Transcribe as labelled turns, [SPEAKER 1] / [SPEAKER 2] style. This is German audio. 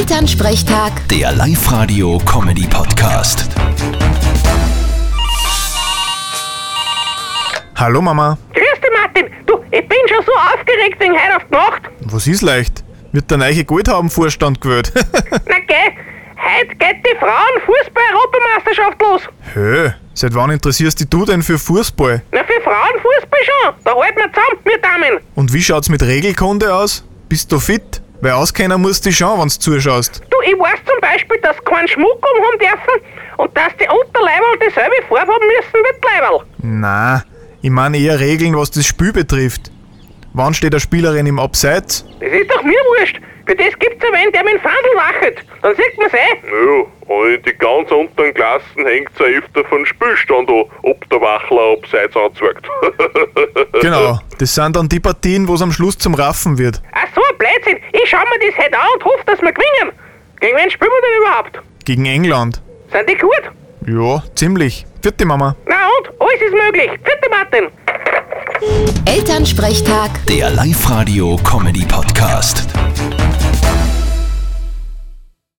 [SPEAKER 1] Elternsprechtag,
[SPEAKER 2] Der Live-Radio-Comedy-Podcast.
[SPEAKER 3] Hallo Mama,
[SPEAKER 4] Grüß dich, Martin. Du, ich bin schon so aufgeregt wegen heute auf die Nacht.
[SPEAKER 3] was ist leicht? Wird der neue Goldhaubenvorstand gewählt?
[SPEAKER 4] Na geh, heute geht die Frauenfußball-Europameisterschaft los.
[SPEAKER 3] Hö, seit wann interessierst dich du denn für Fußball?
[SPEAKER 4] Na, für Frauenfußball schon. Da halten wir zusammen, wir Damen.
[SPEAKER 3] Und wie schaut's mit Regelkunde aus? Bist du fit? Weil auskennen musst du dich schon, wenn's zuschaust.
[SPEAKER 4] Du, ich weiß zum Beispiel, dass sie keinen Schmuck umhaben dürfen und dass die Unterleiberl dieselbe Farbe haben müssen wie die Leiberl.
[SPEAKER 3] Na, ich meine eher Regeln, was das Spiel betrifft. Wann steht der Spielerin im Abseits?
[SPEAKER 4] Das ist doch mir wurscht. Für das gibt's ja wen, der mit dem Fandel lachert. Dann sieht man's eh.
[SPEAKER 5] Ja, und in die ganz unteren Klassen hängt ja öfter von Spielstand an, ob der Wachler abseits anzeigt.
[SPEAKER 3] Genau, das sind dann die Partien, wo's am Schluss zum Raffen wird.
[SPEAKER 4] Ach so, ein Blödsinn. Ich schau mir das heute an und hoffe, dass wir gewinnen. Gegen wen spielen wir denn überhaupt?
[SPEAKER 3] Gegen England.
[SPEAKER 4] Sind die gut?
[SPEAKER 3] Ja, ziemlich. Vierte Mama.
[SPEAKER 4] Na und? Alles ist möglich. Vierte Martin.
[SPEAKER 1] Elternsprechtag.
[SPEAKER 2] Der Live-Radio-Comedy-Podcast.